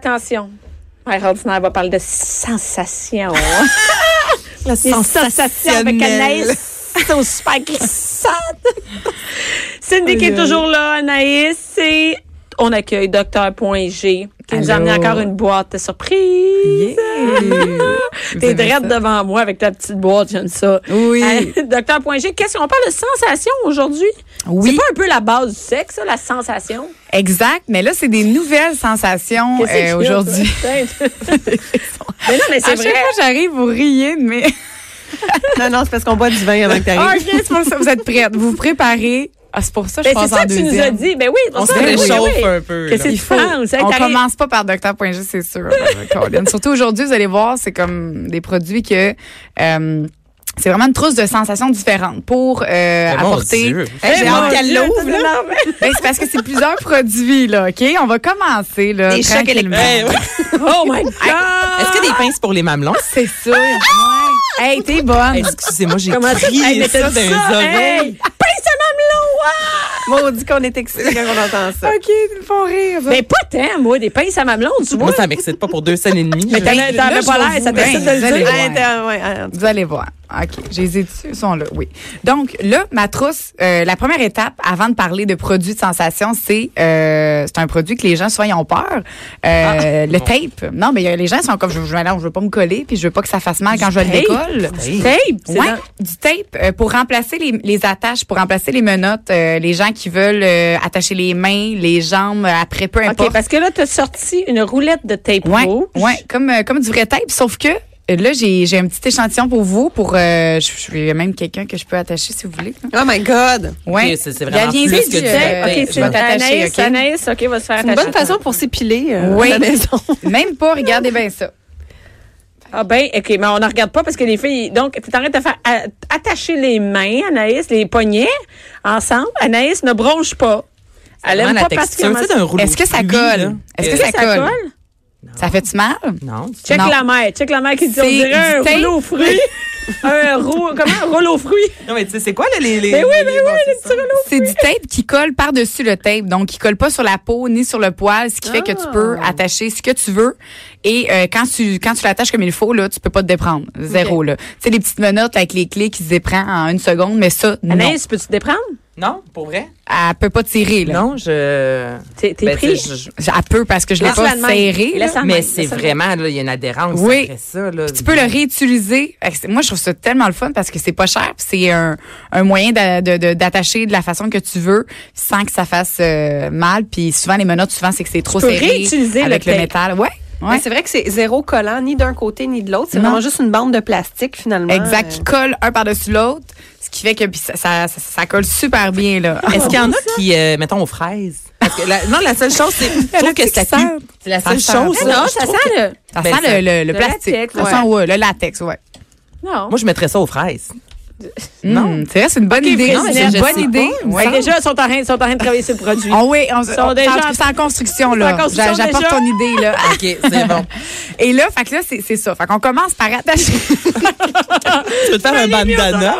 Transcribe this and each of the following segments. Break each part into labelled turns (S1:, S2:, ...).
S1: attention. Mère ordinaire va parler de sensation.
S2: La
S1: Des sensations avec
S2: sensationnelle.
S1: Anaïs. C'est au super glissante. Cindy qui est
S2: Aïe, aïe.
S1: toujours là, Anaïs, et on accueille Docteur.g qui nous a
S2: Allô.
S1: amené encore une boîte de surprise.
S2: Yeah.
S1: T'es
S2: Vous aimez
S1: drette
S2: ça?
S1: devant moi avec ta petite boîte, j'aime ça. Euh,
S2: Oui.
S1: Docteur.g, qu'est-ce qu'on parle de sensation aujourd'hui?
S2: Oui.
S1: C'est pas un peu la base du sexe, ça, la sensation?
S2: Exact, mais là, c'est des nouvelles sensations
S1: Qu'est-ce que
S2: euh,
S1: tu fais,
S2: aujourd'hui.
S1: toi? mais non, mais
S2: À
S1: c'est
S2: chaque
S1: vrai.
S2: fois, j'arrive, vous riez, mais.
S3: Non, non, c'est parce qu'on boit du vin avant que t'arrives.
S2: Ah, OK, c'est pour ça. Vous êtes prêtes. Vous vous préparez. Ah, c'est pour ça que je
S1: Ben,
S2: pense
S1: c'est ça
S2: en
S1: que tu nous as
S2: deuxième.
S1: dit. Ben oui, c'est pour
S3: On
S1: ça,
S3: se
S1: ben oui,
S3: réchauffe
S1: oui.
S3: un peu,
S1: Qu'est-ce
S3: là.
S1: que tu
S2: Il faut.
S1: penses? Hey,
S2: on
S1: t'arrives-
S2: commence pas par Docteur.g, c'est sûr. là, Colin. Surtout aujourd'hui, vous allez voir, c'est comme des produits que. euh, c'est vraiment une trousse de sensations différentes pour euh,
S3: Ben, mon
S2: apporter.
S3: Dieu.
S2: Hey,
S1: Eh,
S2: j'ai
S1: mon
S2: hâte qu'elle
S1: Dieu,
S2: l'ouvre,
S1: t'as
S2: là.
S1: de la-
S2: Ben, c'est parce que c'est plusieurs produits, là, OK? On va commencer, là.
S3: Des chocs
S2: tranquillement. Ah!
S3: électriques. Eh, ouais.
S1: Oh my God!
S3: Est-ce que des pinces pour les mamelons?
S2: C'est ça. ouais. Hey, t'es bonne.
S3: Excusez-moi, j'ai
S1: Comment
S3: crié
S1: Hey, mais
S3: ça
S1: t'as
S3: dans
S1: dit
S3: les
S1: ça, hein?
S3: oreilles.
S1: hey! Pince à mamelon! ah!
S3: Maudit qu'on est excité quand on entend ça.
S2: OK, ils me font rire. ça.
S1: Mais Ben, pas tant, moi, des pinces à mamelon, tu vois.
S3: Moi, ça m'excite pas pour deux scènes et demie.
S1: Mais t'avais
S2: Ben, là,
S1: t'avais
S2: je
S1: pas
S2: vais
S1: l'air, ça
S2: vous-
S1: t'excite de le
S2: Ben, vous allez
S1: dire.
S2: voir.
S3: Ah, t'as- ouais, ah,
S2: Vous allez voir. OK. J'ai les études sont là. Oui. Donc, là, ma trousse, euh, la première étape avant de parler de produits de sensation, c'est euh, c'est un produit que les gens, souvent, ils ont peur. Euh,
S1: Ah.
S2: Le tape. Non, mais il y a- les gens sont comme, je, je, mélange, je veux pas me coller, puis je veux pas que ça fasse mal quand je le
S1: tape?
S2: décolle.
S3: Hey.
S1: Tape, c'est
S2: Ouais,
S1: dans-
S2: du tape euh, pour remplacer les, les attaches, pour remplacer les menottes, euh, les gens qui veulent euh, attacher les mains, les jambes euh, après, peu importe.
S1: OK, parce que là, t'as sorti une roulette de tape
S2: Ouais,
S1: rouge.
S2: ouais, comme, euh, comme du vrai tape, sauf que euh, là, j'ai j'ai un petit échantillon pour vous, pour euh, je je suis même quelqu'un que je peux attacher si vous voulez. là.
S3: Oh my God!
S2: Ouais.
S3: Ok, c'est- c'est vraiment
S2: Viens-y,
S3: plus que
S2: je-
S3: du
S1: Tape,
S3: vrai
S2: euh,
S1: OK,
S3: tape.
S2: je
S1: c'est
S2: vais t'attacher,
S1: Anaïs,
S2: OK?
S1: Anaïs, OK, va se faire
S3: C'est une
S1: attacher.
S3: bonne façon pour s'épiler euh,
S2: Oui.
S3: à la maison.
S2: Même pas, regardez bien ça.
S1: Ah ben, OK, mais on ne regarde pas parce que les filles... Donc, t'es en train de te faire a- attacher les mains, Anaïs, les poignets, ensemble. Anaïs, ne bronche pas. Elle aime
S3: Vraiment,
S1: pas
S3: la texture,
S1: particulièrement
S3: tu sais, d'un rouleau
S2: Est-ce que ça
S3: de pluie, là.
S2: colle? Est-ce que
S3: Euh,
S2: ça
S1: ça
S2: colle?
S1: colle?
S2: Ça fait-tu mal?
S3: Non, tu-
S1: Check
S2: Non.
S1: la mère, check la mère qui dit on
S2: C'est
S1: dirait un
S2: du tape.
S1: rouleau aux fruits. un rouleau, comment un rouleau aux fruits?
S3: non, mais tu sais, c'est quoi, là, les. les
S1: Mais oui,
S3: les-
S1: mais
S3: les-
S1: oui,
S3: c'est
S1: le
S3: ça.
S1: petit rouleau.
S2: C'est du tape qui colle par-dessus le tape, donc qui colle pas sur la peau ni sur le poil, ce qui fait que tu peux attacher ce que tu veux. Et euh, quand tu quand tu l'attaches comme il faut là, tu peux pas te déprendre, zéro là. Tu sais les petites menottes avec les clés qui se déprend en une seconde, mais ça non,
S1: Anaïs, peux-tu te déprendre?
S3: Non, pour vrai?
S2: elle peut pas tirer là.
S3: Non, je.
S1: T'es t'es
S3: Ben,
S1: pris?
S3: tu sais, je- je-
S2: Elle peut parce que je l'ai
S1: Laisse-la
S2: pas
S1: de même.
S2: serré. là.
S1: Laisse-la de
S3: Mais
S1: même,
S3: c'est
S1: laisse-la de
S3: vraiment, là, il y a une adhérence
S2: Oui.
S3: après ça, là.
S2: Tu peux le réutiliser. Fait que c'est- Moi, je trouve ça tellement le fun parce que c'est pas cher, puis c'est un, un moyen d'a- de- de- d'attacher de, la façon que tu veux sans que ça fasse euh, mal. Puis souvent les menottes, souvent c'est que c'est trop
S1: Tu peux
S2: serré
S1: réutiliser le
S2: avec le,
S1: tape.
S2: métal. Ouais.
S3: Mais
S2: ouais.
S3: c'est vrai que c'est zéro collant, ni d'un côté ni de l'autre. C'est
S2: Non.
S3: vraiment juste une bande de plastique, finalement.
S2: Exact, qui
S3: Euh,
S2: colle un par-dessus l'autre, ce qui fait que puis ça, ça, ça- ça colle super bien là.
S4: Est-ce qu'il y en a qui, euh, mettons, aux fraises? Parce que la- non, la seule chose, c'est je trouve que ça
S2: sent.
S4: pue. C'est la seule
S2: sent.
S4: chose.
S1: même.
S4: là,
S1: Non,
S4: je
S1: ça
S4: trouve
S1: sent
S4: que-
S1: le...
S2: Ça
S4: Ben,
S2: sent
S4: ça-
S2: le, le- le
S1: le
S2: plastique.
S1: latex,
S2: ça
S1: ouais.
S2: sent ouais, le latex, ouais.
S1: Non.
S4: Moi, je mettrais ça aux fraises.
S2: Non, Hum, c'est vrai, c'est une bonne idée.
S1: Frésinette,
S2: C'est une
S4: je
S2: bonne
S4: sais
S2: idée.
S4: pas, il me
S2: Ouais.
S1: Ouais, Déjà, ils sont en train ils sont en train de travailler sur le produit.
S2: Ah oui, on, on,
S1: sont déjà-
S2: c'est en construction
S1: C'est en
S2: là.
S1: construction
S2: J'apporte
S1: déjà.
S2: ton idée là.
S4: OK, c'est bon.
S2: Et là, fait que là, c'est c'est ça. Fait qu'on commence par attacher.
S4: Tu peux te faire un bandana.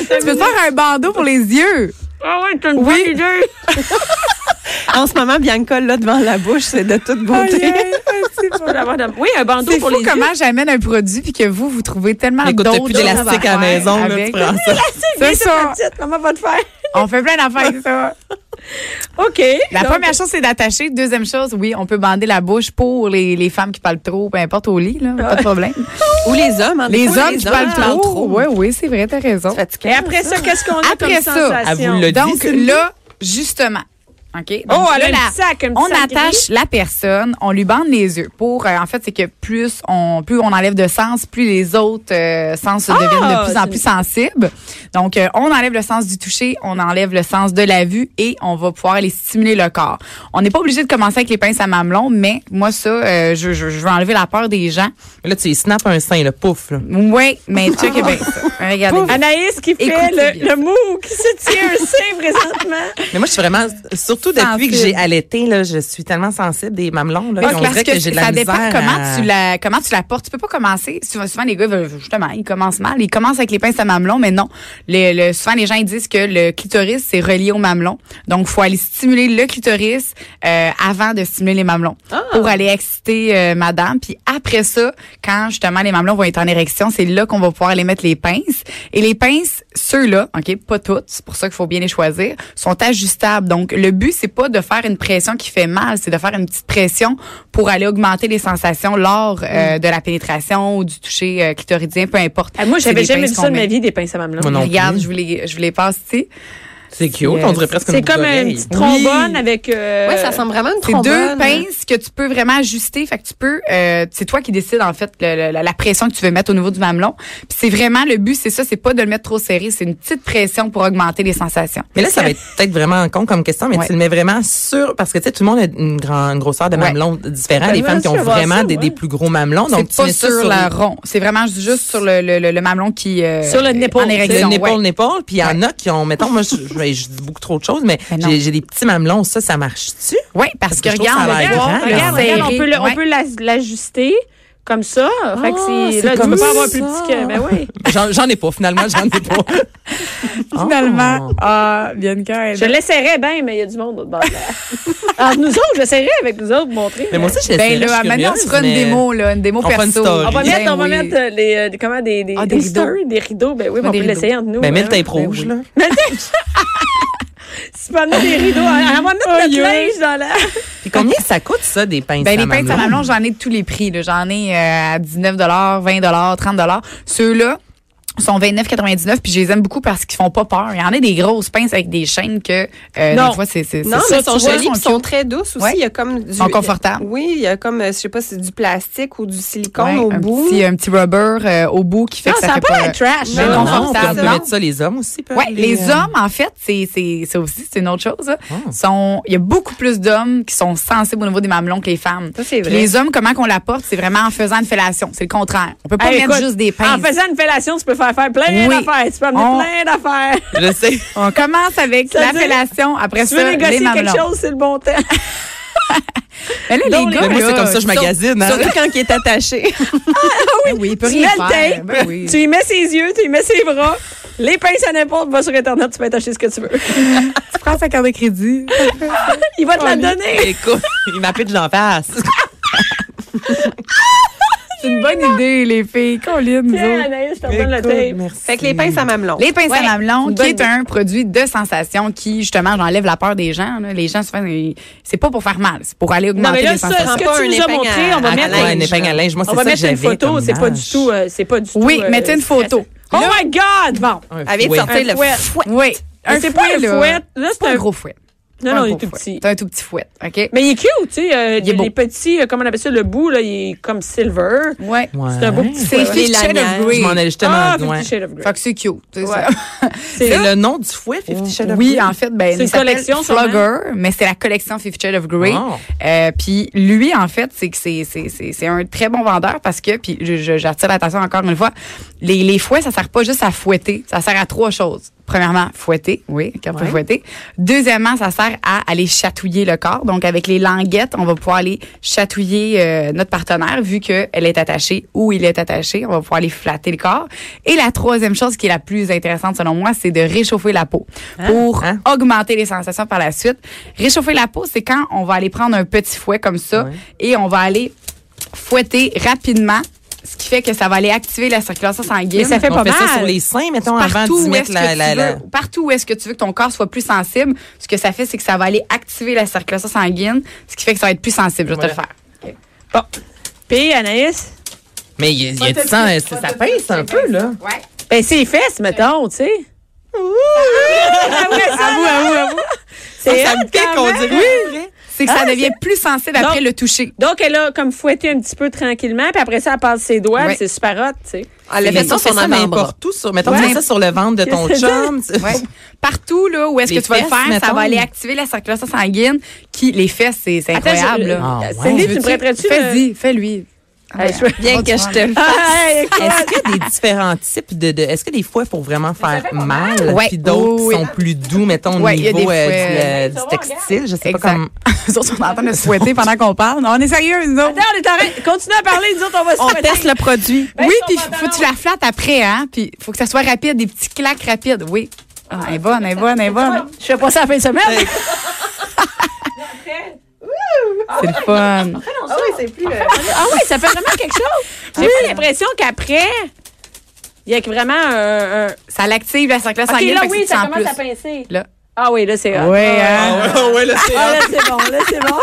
S2: tu peux te faire un bandeau pour les yeux.
S1: Ah ouais, t'as une
S2: Oui.
S1: bonne idée.
S3: Euh, En ce moment, Bianca, là, devant la bouche, c'est de
S2: Oh,
S3: toute
S1: Oh,
S3: beauté.
S1: Tu peux l'avoir dans- Oui, un bandeau
S2: C'est
S1: pour
S2: fou
S1: les
S2: comment
S1: yeux.
S2: j'amène un produit puis que vous, vous trouvez tellement
S4: Écoute,
S2: d'autres
S4: t'as plus d'élastique à
S2: affaires
S4: la maison, là, tu
S2: avec.
S4: prends ça.
S2: C'est
S1: Viens,
S2: ça.
S1: ma petite, Maman va te faire.
S2: On fait plein d'affaires avec ça.
S1: OK.
S2: La
S1: Donc,
S2: première chose, c'est d'attacher. Deuxième chose, oui, on peut bander la bouche pour les, les femmes qui parlent trop, peu importe au lit, là, pas de problème.
S3: Ou les hommes, en
S2: les
S3: effet,
S2: hommes qui parlent trop. Oui, oui, c'est vrai, t'as raison.
S3: Fatigué.
S1: Et après ça, qu'est-ce qu'on a
S2: Après
S1: comme
S2: ça,
S1: sensation?
S4: à vous le
S2: Donc
S4: dit,
S2: là, justement. OK.
S1: Oh,
S2: Donc,
S1: elle a
S2: là,
S1: un petit sac, un petit
S2: on
S1: sac
S2: attache la personne, on lui bande les yeux. Pour, euh, en fait, c'est que plus on, plus on enlève de sens, plus les autres euh, sens se deviennent de plus
S1: Ah,
S2: en
S1: c'est-
S2: plus sensibles. Donc, euh, on enlève le sens du toucher, on enlève le sens de la vue et on va pouvoir aller stimuler le corps. On n'est pas obligé de commencer avec les pinces à mamelon, mais moi, ça, euh, je, je, je veux enlever la peur des gens.
S4: Là, tu y snaps un sein, là, pouf. Là.
S2: Oui, mais check
S1: Ah.
S2: bien ça. Regardez.
S1: Anaïs qui fait
S2: Écoutez
S1: le,
S2: bien.
S1: le mou, qui se tient un sein présentement.
S4: Mais moi, je suis vraiment sur surtout depuis
S2: sensible.
S4: que j'ai allaité, là, je suis tellement sensible des mamelons. Là,
S2: Ouais,
S4: et on
S2: parce
S4: dirait
S2: que,
S4: que j'ai de la
S2: ça dépend
S4: misère
S2: comment,
S4: à-
S2: tu la, comment tu la portes. Tu peux pas commencer. Souvent, souvent, les gars, veulent- justement, ils commencent mal. Ils commencent avec les pinces à mamelon, mais non. Le, le- souvent, les gens ils disent que le clitoris, c'est relié au mamelon. Donc, faut aller stimuler le clitoris euh, avant de stimuler les mamelons
S4: Ah.
S2: pour aller exciter euh, madame. Puis après ça, quand justement les mamelons vont être en érection, c'est là qu'on va pouvoir aller mettre les pinces. Et les pinces, ceux-là, OK, pas toutes, c'est pour ça qu'il faut bien les choisir, sont ajustables. Donc, le but, c'est pas de faire une pression qui fait mal, c'est de faire une petite pression pour aller augmenter les sensations lors euh, de la pénétration ou du toucher euh, clitoridien, peu importe.
S1: Mm. Ah, moi,
S2: C'est
S1: j'avais
S2: des
S1: jamais
S2: pinces
S1: vu
S2: qu'on
S1: ça de ma
S2: met.
S1: vie, des pinces à mamelon.
S4: Moi non
S2: Regarde,
S4: plus.
S2: je vous les, je vous les passe ici.
S4: C'est cute, on dirait presque
S1: C'est
S4: une
S1: comme
S4: boucle
S1: une
S4: d'oreille.
S1: petite trombone avec. euh,
S3: Ouais, ça ressemble vraiment à une
S2: C'est
S3: trombone.
S2: deux pinces que tu peux vraiment ajuster. Fait que tu peux, euh, c'est toi qui décides en fait le- le- la, la pression que tu veux mettre au niveau du mamelon. Puis c'est vraiment le but, c'est ça, c'est pas de le mettre trop serré, c'est une petite pression pour augmenter les sensations.
S4: Mais là, ça va être peut-être vraiment con comme question, mais
S2: Ouais.
S4: tu le mets vraiment sur. Parce que, tu sais, tout le monde a une, grand- une grosseur de
S2: Ouais.
S4: mamelon différente. Les
S1: Ben,
S4: femmes qui
S1: je
S4: ont
S1: vais voir
S4: vraiment
S1: ça,
S4: des,
S1: ouais.
S4: des plus gros mamelons.
S2: c'est
S4: Donc, tu
S2: pas
S4: mets ça
S2: sur,
S4: sur
S2: la
S4: le-
S2: ronde, c'est vraiment juste sur le, le, le- le mamelon qui euh,
S1: Sur le nipple,
S2: en érection.
S4: le
S2: ouais.
S4: l'épaule, l'épaule. Puis il y en a qui ont, mettons, moi, je, je- je dis beaucoup trop de choses, mais
S2: Mais Ben non.
S4: j'ai j'ai des petits mamelons. Ça, ça marche-tu?
S2: Ouais, parce,
S4: Parce
S2: que,
S4: que je trouve
S2: regarde,
S4: ça a l'air
S2: regarde,
S4: grand,
S1: Regarde,
S4: là.
S1: regarde, on peut, le-
S2: Ouais.
S1: on peut l'as- l'ajuster comme ça. fait que c'est,
S4: c'est
S1: là, tu
S4: comme
S1: peux pas avoir
S4: ça.
S1: plus petit que. Ben oui.
S4: J'en j'en ai pas, finalement, j'en ai pas.
S2: Finalement,
S4: Oh.
S2: ah, Bianca, elle-
S1: Je l'essayerais bien, mais il y a du monde d'autre bord. Alors, nous autres, je l'essayerais avec nous autres pour montrer.
S4: Mais moi aussi, j'ai
S2: ben là, maintenant, on se fera une démo, là, une démo
S4: on fera une
S2: perso.
S4: story.
S1: on va mettre,
S2: Ben
S1: on va
S2: oui.
S1: mettre euh, les, euh, des- comment, des, des,
S2: Ah, des
S1: des
S2: rideaux. Ah,
S1: stores, des rideaux. Ben oui, mais on
S2: des
S1: peut
S2: rideaux.
S1: l'essayer entre nous.
S4: Mais mets le
S1: hein.
S4: tape rouge,
S2: oui.
S4: là.
S1: Si on a des rideaux, on va mettre notre
S2: yeah.
S1: linge dans la.
S4: Puis combien ça coûte, ça, des pinces
S2: Ben,
S4: à
S2: les pintes à
S4: mamelon?
S2: mamelon, j'en ai de tous les prix. là. J'en ai euh, à 19 20 30 Ceux-là sont 29,99 puis je les aime beaucoup parce qu'ils font pas peur. Il y en a des grosses pinces avec des chaînes que euh,
S1: Non.
S2: des fois c'est c'est
S3: Non,
S2: c'est
S3: mais
S2: ça,
S3: ils
S2: tu
S3: sont
S2: vois,
S3: jolies,
S2: sont
S3: puis ils sont
S2: cute.
S3: très douces aussi.
S2: Ouais.
S3: Il y a comme du.
S2: Sont confortables.
S3: Oui, il y a comme, euh, je sais pas, c'est du plastique ou du
S2: Ouais,
S3: silicone au
S2: un
S3: bout.
S2: petit un petit rubber euh, au bout qui fait
S1: Non,
S2: que
S1: ça n'a
S2: ça fait
S1: pas
S2: pas
S1: l'air trash.
S2: Mais
S1: là.
S2: non,
S4: Ben non,
S2: non,
S4: on peut
S2: confortable, non?
S4: mettre ça, les hommes aussi. peuvent,
S2: Ouais, les
S4: euh,
S2: hommes en fait, c'est c'est ça aussi c'est une autre chose. là.
S3: Ah.
S4: Oh.
S2: Sont il y a beaucoup plus d'hommes qui sont sensibles au niveau des mamelons que les femmes.
S3: Ça, c'est
S2: Puis
S3: vrai.
S2: Les hommes comment qu'on la porte, c'est vraiment en faisant une fellation, c'est le contraire. On peut pas
S1: Hey,
S2: mettre
S1: écoute,
S2: juste des
S1: En
S2: pinces.
S1: faisant une fellation, tu peux faire faire plein
S2: Ben, Oui.
S1: d'affaires. Tu peux amener
S2: On-
S1: plein d'affaires.
S4: Je sais.
S2: On commence avec
S1: Ça veut dire-
S2: l'appellation, après
S1: Tu
S2: ça,
S1: veux négocier
S2: les mamelons.
S1: quelque chose, c'est le bon temps.
S2: Mais là,
S1: Donc, les-
S2: les gars,
S4: Mais moi, c'est
S2: là,
S4: comme ça, je
S2: ils sont-
S4: magasine. hein.
S3: Surtout quand il est attaché.
S2: Ben oui, il peut
S1: Ah Tu
S2: rien
S1: mets le
S2: faire.
S1: tape,
S2: Ben oui.
S1: tu y mets ses yeux, tu y mets ses bras. Les pinces à n'importe, va sur Internet, tu peux t'acheter ce que tu veux.
S2: Tu prends sa carte de crédit.
S1: Ah, Il va te la donner.
S4: Écoute, il m'appelle j'en face.
S2: C'est une bonne idée, les filles. Colline, nous
S1: Tiens,
S2: autres.
S1: Anaïs, je te redonne le
S4: Écoute,
S1: tape.
S4: merci.
S3: Fait que les pinces à mamelon.
S2: Les pinces
S3: Ouais,
S2: à mamelon, qui
S3: une bonne
S2: est
S3: idée.
S2: un produit de sensation qui, justement, j'enlève la peur des gens. là. Les gens, souvent, ils- c'est pas pour faire mal, c'est pour aller
S1: Non, mais
S2: augmenter
S1: là,
S2: les
S1: ça, ce
S2: sensations.
S3: Prends
S1: que
S3: pas
S1: tu
S3: un
S1: nous as
S3: épingle
S1: montré,
S3: à-
S1: on va
S3: à
S1: mettre,
S4: Ouais, une
S3: linge.
S4: épingle à linge. Moi,
S1: on
S4: c'est
S1: va
S4: ça que
S1: mettre une
S4: j'avais
S1: photo.
S4: comme
S1: C'est pas
S4: image.
S1: du tout. euh, c'est pas du tout.
S2: Oui,
S1: euh,
S2: mettez une photo.
S1: Oh my God! Bon.
S4: Un
S3: Elle vient de
S4: fouet.
S3: sortir le
S1: fouet.
S3: fouet.
S2: Oui.
S1: Mais c'est pas un
S2: là.
S1: fouet. Là,
S2: C'est pas un gros fouet.
S1: Non,
S2: Pas un
S1: non, il est
S2: gros
S1: tout
S2: fouet.
S1: petit.
S2: C'est un tout petit fouet, OK?
S1: Mais il est cute, tu sais. euh,
S2: Il est beau.
S1: les petits, euh, comment on appelle ça, le bout, là, il est comme silver.
S2: Ouais.
S4: Ouais.
S1: C'est un beau petit fouet.
S2: C'est Fifty
S3: Les
S2: Shades of
S3: lanières.
S4: Je
S2: Grey.
S4: m'en allais justement.
S1: Ah,
S4: ouais.
S1: Fifty Shade of Grey.
S2: Fait que c'est cute, c'est
S1: Ouais.
S2: ça.
S1: C'est
S4: C'est le nom du fouet, Fifty Shades of
S2: Oui,
S4: Grey?
S2: en fait, ben,
S1: C'est
S2: il
S1: une
S2: s'appelle
S1: collection, sûrement.
S2: Flogger, mais c'est la collection Fifty Shades of Grey.
S4: Oh.
S2: Euh, puis lui, en fait, c'est que c'est c'est c'est c'est un très bon vendeur parce que puis je- je- j'attire l'attention encore une fois. Les les fouets, ça sert pas juste à fouetter, ça sert à trois choses. Premièrement, fouetter, oui, qu'on peut
S4: Ouais.
S2: fouetter. Deuxièmement, ça sert à aller chatouiller le corps. Donc avec les languettes, on va pouvoir aller chatouiller euh, notre partenaire vu que elle est attachée ou il est attaché, on va pouvoir aller flatter le corps. Et la troisième chose qui est la plus intéressante selon moi, c'est de réchauffer la peau pour
S4: Hein?
S2: augmenter les sensations par la suite. Réchauffer la peau, c'est quand on va aller prendre un petit fouet comme ça
S4: Ouais.
S2: et on va aller fouetter rapidement, ce qui fait que ça va aller activer la circulation sanguine.
S1: Mais ça fait
S4: On
S1: pas
S4: fait
S1: mal.
S4: ça sur les seins, mettons, avant
S2: Partout
S4: d'y
S2: où, est-ce
S4: mettre
S2: que
S4: la,
S2: tu
S4: la, la-
S2: veux, partout où est-ce que tu veux que ton corps soit plus sensible, ce que ça fait, c'est que ça va aller activer la circulation sanguine, ce qui fait que ça va être plus sensible. Je vais te le
S4: Voilà.
S2: faire.
S1: Bon. Puis, Anaïs,
S4: Mais il y a, il y a du sang, euh, ça pince un peu, là.
S2: Ouais.
S1: ben, c'est les fesses, mettons, tu sais. Après ça, là. C'est
S4: Ah, Ça me
S1: hot, quand
S4: pique, on
S1: même.
S4: dirait.
S2: C'est que ça devient plus sensible après
S1: Donc-
S2: le toucher.
S1: Donc, elle a comme fouetté un petit peu tranquillement, puis après ça, elle passe ses doigts,
S2: Ouais.
S1: puis c'est super hot, tu sais.
S3: Elle a
S4: Mais
S3: fait ça
S4: tu fais
S3: son
S4: ça
S3: avant-bras.
S4: n'importe où. Sur, mettons,
S2: Ouais.
S4: tu mets ça sur le ventre de ton
S1: Qu'est-ce que
S4: chum. tu-
S2: Ouais. Partout là où est-ce que
S4: Les
S2: tu vas le
S4: fesses,
S2: faire, ça
S4: mettons.
S2: va aller activer la circulation sanguine qui les fesses c'est c'est
S1: Attends, je-
S2: incroyable.
S1: euh,
S2: là.
S4: Ah, ouais.
S1: Cindy, tu
S4: Tu
S1: me
S2: Veux-tu-
S1: prêterais-tu? le-
S2: Fais-y, fais-lui.
S1: Hey, je veux-
S3: Bien
S2: Bon,
S3: que
S2: tu
S3: je
S2: vas
S3: te
S1: Hey, écoute,
S4: Est-ce qu'il y a des différents types de, de- est-ce que des fouets font vraiment faire mal,
S2: Ouais.
S4: puis d'autres
S2: Oui, oui.
S4: sont plus doux, mettons au
S2: Ouais, il y a
S4: niveau
S2: des
S4: euh, du,
S2: fouets.
S4: euh, du textile, je sais pas
S2: Exact.
S4: comme
S2: Surtout, on entend le souhaiter pendant qu'on parle. Non, on est sérieux, nous autres.
S1: Attends, on est en train- Continue à parler, nous autres, on va se
S3: On
S1: souhaiter.
S3: teste le produit.
S1: Ben,
S2: oui,
S1: son
S2: puis
S1: pantalon.
S2: faut que tu la flattes après, hein? Puis faut que ça soit rapide, des petits claques rapides. Oui. Ah, elle est bonne, elle est bonne, elle est bonne.
S1: Je fais pas ça la fin de semaine.
S2: C'est le fun.
S3: Ah oui, c'est plus.
S1: Ah oui, ça fait vraiment quelque chose. J'ai pas l'impression qu'après, il y a vraiment un. un-
S2: Ça l'active la circulation
S1: OK,
S2: sanguine.
S1: là,
S2: fait que
S1: oui,
S2: tu te
S1: ça
S2: sens
S1: commence à
S2: plus.
S1: pincer.
S2: Là.
S1: Ah oui, là, c'est hot.
S2: Ouais,
S1: Ah,
S2: hein?
S1: Ah, là, c'est bon, là, c'est bon.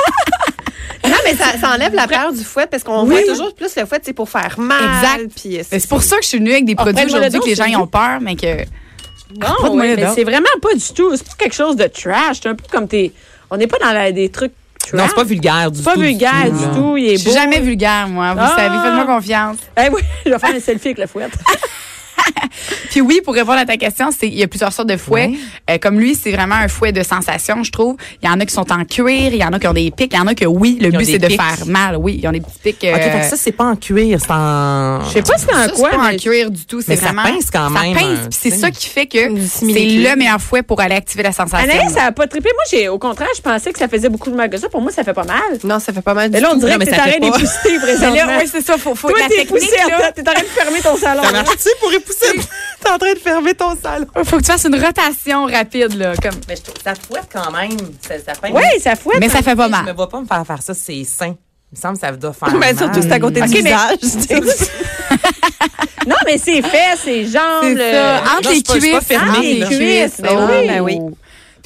S3: Non, mais ça, ça enlève la peur du fouet parce qu'on
S1: Oui.
S3: voit toujours plus le fouet, c'est pour faire mal.
S2: Exact.
S3: Puis, euh,
S2: Mais c'est pour ça que je suis venue avec des produits
S1: prenne-moi le
S2: aujourd'hui
S1: dos,
S2: que les gens
S1: c'est
S2: ils ont peur, mais que.
S1: Non,
S2: Pas de
S1: ouais,
S2: moyen
S1: mais
S2: d'or.
S1: c'est vraiment pas du tout. C'est pas quelque chose de trash. C'est un peu comme t'es. On n'est pas dans la- des trucs trash.
S4: non, c'est pas vulgaire du
S1: C'est pas
S4: tout.
S1: vulgaire du
S4: là.
S1: tout. Il
S2: Je
S1: est
S2: suis
S1: beau.
S2: jamais vulgaire, moi. Vous
S1: Ah!
S2: savez, faites-moi confiance.
S1: Eh oui, je vais faire un selfie avec la fouette.
S2: Puis oui, pour répondre à ta question, c'est il y a plusieurs sortes de fouets. Euh, comme lui, c'est vraiment un fouet de sensation, je trouve. Il y en a qui sont en cuir, il y en a qui ont des pics, il y en a que oui, le
S4: Ils ont
S2: but
S4: des
S2: c'est de
S4: pics.
S2: faire mal. Oui, ils ont des petits pics.
S4: Ok,
S2: euh,
S4: fait que ça c'est pas en cuir, c'est en
S1: Je sais pas c'est en
S2: ça, c'est
S1: quoi.
S2: pas en
S1: mais-
S2: cuir du tout, c'est
S4: Mais ça
S2: vraiment
S4: pince quand même,
S2: Ça pince,
S4: hein,
S2: puis c'est
S4: tu sais.
S2: ça qui fait que
S3: Une
S2: c'est
S3: similitude.
S2: le meilleur fouet pour aller activer la sensation.
S1: Anaïs, ça a pas trippé. Moi, j'ai, au contraire, je pensais que ça faisait beaucoup de mal que ça. Pour moi, ça fait pas mal.
S3: Non, ça fait pas mal du
S1: Mais là, on
S3: tout.
S1: dirait
S4: non,
S1: que
S4: mais
S1: t'es
S4: ça
S1: en
S4: fait
S1: train
S4: pas.
S1: d'épousser
S2: Mais là,
S1: présentement.
S2: ouais, c'est ça, faut, faut
S1: hein. Toi,
S2: la
S1: t'es
S2: technique.
S1: poussière,
S2: là.
S1: t'es en train de fermer ton salon.
S4: Ça
S1: là.
S4: marche-tu pour épousser? T'es en train de fermer ton salon.
S2: Faut que tu fasses une rotation rapide là, comme.
S4: Mais je trouve ça fouette quand même. Ça, ça fait
S1: Oui, ça fouette.
S2: Mais ça fait pas
S4: Je me
S2: mal.
S4: vois pas me faire faire ça, c'est sain. Il me semble que ça doit faire
S3: Mais
S4: mal.
S3: surtout, c'est à côté
S1: Ok,
S3: du
S1: mais-
S3: visage. C'est
S1: Non, mais c'est fait, c'est jambes.
S2: C'est
S1: le-
S2: ça, entre
S4: Non,
S2: les
S4: c'est pas- c'est pas
S2: cuisses,
S4: fermé,
S2: entre les
S1: là.
S2: cuisses.
S1: Ben
S2: oh.
S1: oui.
S3: Ben oui.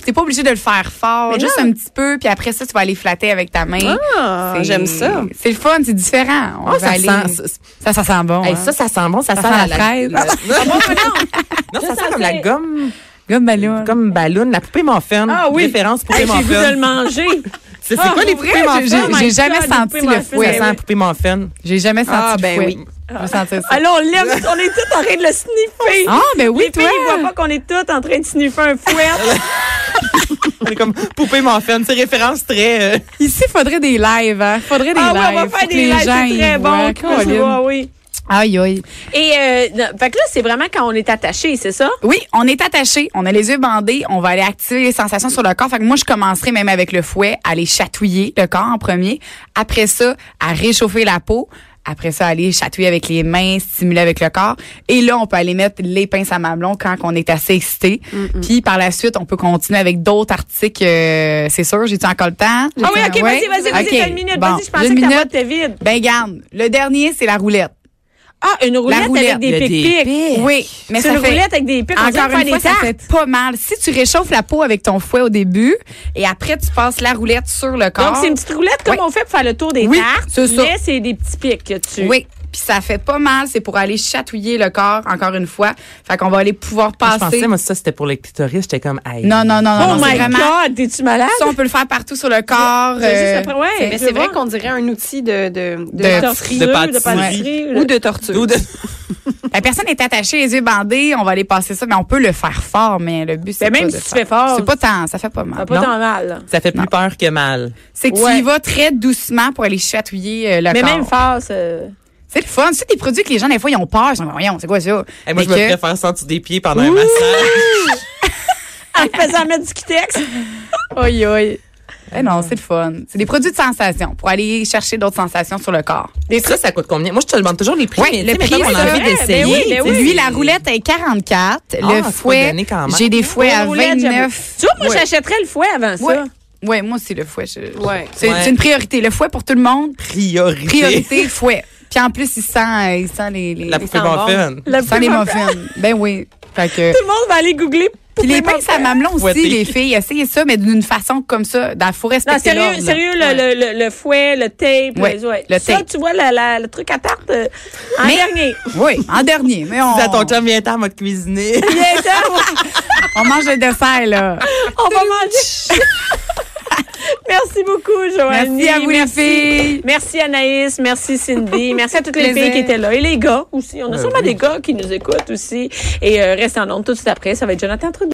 S2: Puis T'es pas obligé de le faire fort,
S1: Mais
S2: juste
S1: non.
S2: un petit peu, puis après ça, tu vas aller flatter avec ta main.
S3: Ah,
S2: C'est-
S3: j'aime ça.
S2: C'est le fun, c'est différent. On
S4: Ah,
S2: va
S4: ça,
S2: aller-
S4: sent,
S2: ça, ça sent bon.
S4: Hey,
S2: hein.
S4: ça, ça sent bon, ça,
S2: Ça
S4: sent,
S2: sent la
S4: la,
S2: fraise.
S4: la- non, ça,
S1: sent
S4: sent comme la
S1: c'est-
S4: gomme,
S2: Gomme ballon.
S4: comme ballon, la poupée morphine.
S1: Ah oui.
S4: Référence poupée
S1: Hey, j'ai vu de le
S4: morphine.
S1: manger.
S4: C'est c'est
S1: Ah,
S4: quoi les
S1: pour
S4: poupées
S1: vrai,
S4: morphines?
S1: j'ai-
S4: Ça
S1: Oh my
S2: J'ai jamais
S1: God,
S2: senti
S1: une
S2: le
S1: poupée
S2: fouet.
S1: muffin.
S4: sent la poupée morphine.
S2: J'ai jamais senti
S3: Ah,
S2: le
S3: ben
S2: fouet.
S3: oui.
S2: Je sentais ça.
S1: Alors, on l'aime, on est tous en train de le sniffer.
S2: Ah, ben
S1: Les
S2: oui,
S1: filles,
S2: toi.
S1: ils voient pas qu'on est tous en train de sniffer un fouet.
S4: On est comme poupée morphine, c'est référence très... euh,
S2: Ici, faudrait des lives. hein. Faudrait des
S1: ah
S2: lives.
S1: ouais, on va
S2: Faut
S1: faire
S2: que
S1: des
S2: les
S1: lives, c'est
S2: gens y
S1: très bon.
S2: voient.
S1: Chris,
S2: Colin.
S1: ouais, oui.
S2: Aïe, aïe.
S1: Et, euh, non, fait que là, c'est vraiment quand on est attaché, c'est ça?
S2: Oui, on est attaché, on a les yeux bandés, on va aller activer les sensations sur le corps. Fait que moi, je commencerai même avec le fouet, à aller chatouiller le corps en premier. Après ça, à réchauffer la peau. Après ça, aller chatouiller avec les mains, stimuler avec le corps. Et là, on peut aller mettre les pinces à mamelon quand on est assez excité. Puis par la suite, on peut continuer avec d'autres articles. euh, c'est sûr, j'ai-tu encore le temps?
S1: Ah oui,
S2: J'ai-tu
S1: OK,
S2: un-
S1: vas-y, vas-y, vas-y,
S2: OK,
S1: t'as une minute.
S2: bon,
S1: Vas-y, je pensais
S2: une
S1: que ta
S2: minute.
S1: boîte était vide.
S2: Ben, garde, le dernier, c'est la roulette.
S1: Ah, une roulette,
S2: roulette,
S1: avec des
S4: il y a des
S1: pics-pics.
S2: Oui, mais
S1: C'est
S2: ça
S1: une
S2: fait-
S1: roulette avec des pics. on dirait
S2: Encore
S1: faire
S2: une
S1: des
S2: fois, ça
S1: tartes.
S2: fait pas mal. Si tu réchauffes la peau avec ton fouet au début et après tu passes la roulette sur le corps.
S1: Donc, c'est une petite roulette comme
S2: Oui.
S1: on fait pour faire le tour des
S2: Oui,
S1: tartes.
S2: c'est ça.
S1: Mais c'est des petits pics que tu.
S2: Oui, puis ça fait pas mal, c'est pour aller chatouiller le corps encore une fois. Fait qu'on va aller pouvoir
S4: Je
S2: passer.
S4: pensais, moi, ça, c'était pour les clitoris. J'étais comme... hey.
S2: Non non non non,
S1: Oh
S2: non, c'est
S1: my
S2: vraiment
S1: God, t'es-tu malade?
S2: ça on peut le faire partout sur le corps.
S1: J'ai juste
S2: euh,
S1: après- ouais,
S3: Mais
S1: je
S3: c'est
S1: vois.
S3: vrai qu'on dirait un outil de, de, de-
S2: De-
S1: Tortureux,
S4: de
S1: de
S4: pâtisserie.
S1: pâtisserie.
S3: ou de torture.
S4: Ou de-
S2: La personne est attachée, les yeux bandés, on va aller passer ça mais on peut le faire fort mais le but c'est
S1: Mais
S2: pas
S1: Ben, même
S2: de
S1: si tu
S2: faire-
S1: fais fort,
S2: c'est pas tant, ça fait pas mal.
S1: T'as Ah, pas
S2: non?
S1: tant mal. là.
S4: Ça fait plus peur que mal.
S2: C'est que tu
S1: Ouais.
S2: y vas très doucement pour aller chatouiller euh, le
S1: Mais
S2: corps.
S1: même face. euh,
S2: C'est le fun. C'est des produits que les gens, des fois, ils ont peur. Ils sont comme, voyons, c'est quoi ça?
S4: Hey,
S2: Mais
S4: moi, je me
S2: que-
S4: ferais faire sentir des pieds pendant un massage.
S1: en te faisant mettre du kitex.
S2: Oi, oi. Eh non, c'est le fun. C'est des produits de sensation pour aller chercher d'autres sensations sur le corps.
S4: ça, ça coûte combien? Moi, je te demande toujours les prix.
S2: Ouais,
S4: mais
S2: le
S4: tu sais,
S2: prix,
S4: mettons qu'on a
S2: c'est Ah,
S4: envie
S1: vrai,
S4: d'essayer.
S1: ben oui, ben oui.
S2: Lui, la roulette est 44.
S4: c'est
S2: le
S4: pas
S2: fouet,
S4: donné quand même.
S2: j'ai des fouets à
S1: Une roulette, j'aime-
S2: 29.
S1: Tu vois, moi,
S2: Ouais.
S1: j'achèterais le fouet avant ça.
S2: Ouais. Ouais, moi aussi, le fouet. je-
S3: Ouais.
S2: C'est
S4: Ouais.
S2: c'est une priorité. Le fouet pour tout le monde.
S4: Priorité.
S2: Priorité, fouet. Puis en plus, il sent, euh, il sent les, les,
S4: La
S2: il
S4: poupée
S3: sent bon.
S4: morphine.
S1: Le
S2: sent les
S1: plus-
S2: muffins. ben oui. Fait que...
S1: Tout le monde va aller googler.
S2: Puis les
S1: Poupée
S2: pinces à mamelon aussi,
S4: Fouetter.
S2: les filles, essayez ça, mais d'une façon comme ça, dans faut respecter
S1: Non, sérieux,
S2: l'ordre, là.
S1: sérieux le, le- le- le fouet, le tape.
S2: Ouais,
S1: les- ouais.
S2: le
S1: ça,
S2: tape.
S1: tu vois, la- la- le truc à tarte euh, en
S2: Mais-
S1: dernier.
S2: Oui, en dernier. Mais on,
S4: Dis à ton chum, viens t'en, mode cuisiner.
S1: Il est temps,
S2: on mange le dessert, là.
S1: on va manger. Merci beaucoup, Joanie.
S2: Merci à vous, les filles.
S1: Merci Anaïs, merci Cindy, merci à toutes les
S2: Plaisir.
S1: filles qui étaient là et les gars aussi. On a
S4: Ben
S1: sûrement
S4: oui.
S1: des gars qui nous écoutent aussi. Et euh, restez en nombre tout de suite après. Ça va être Jonathan Trudeau.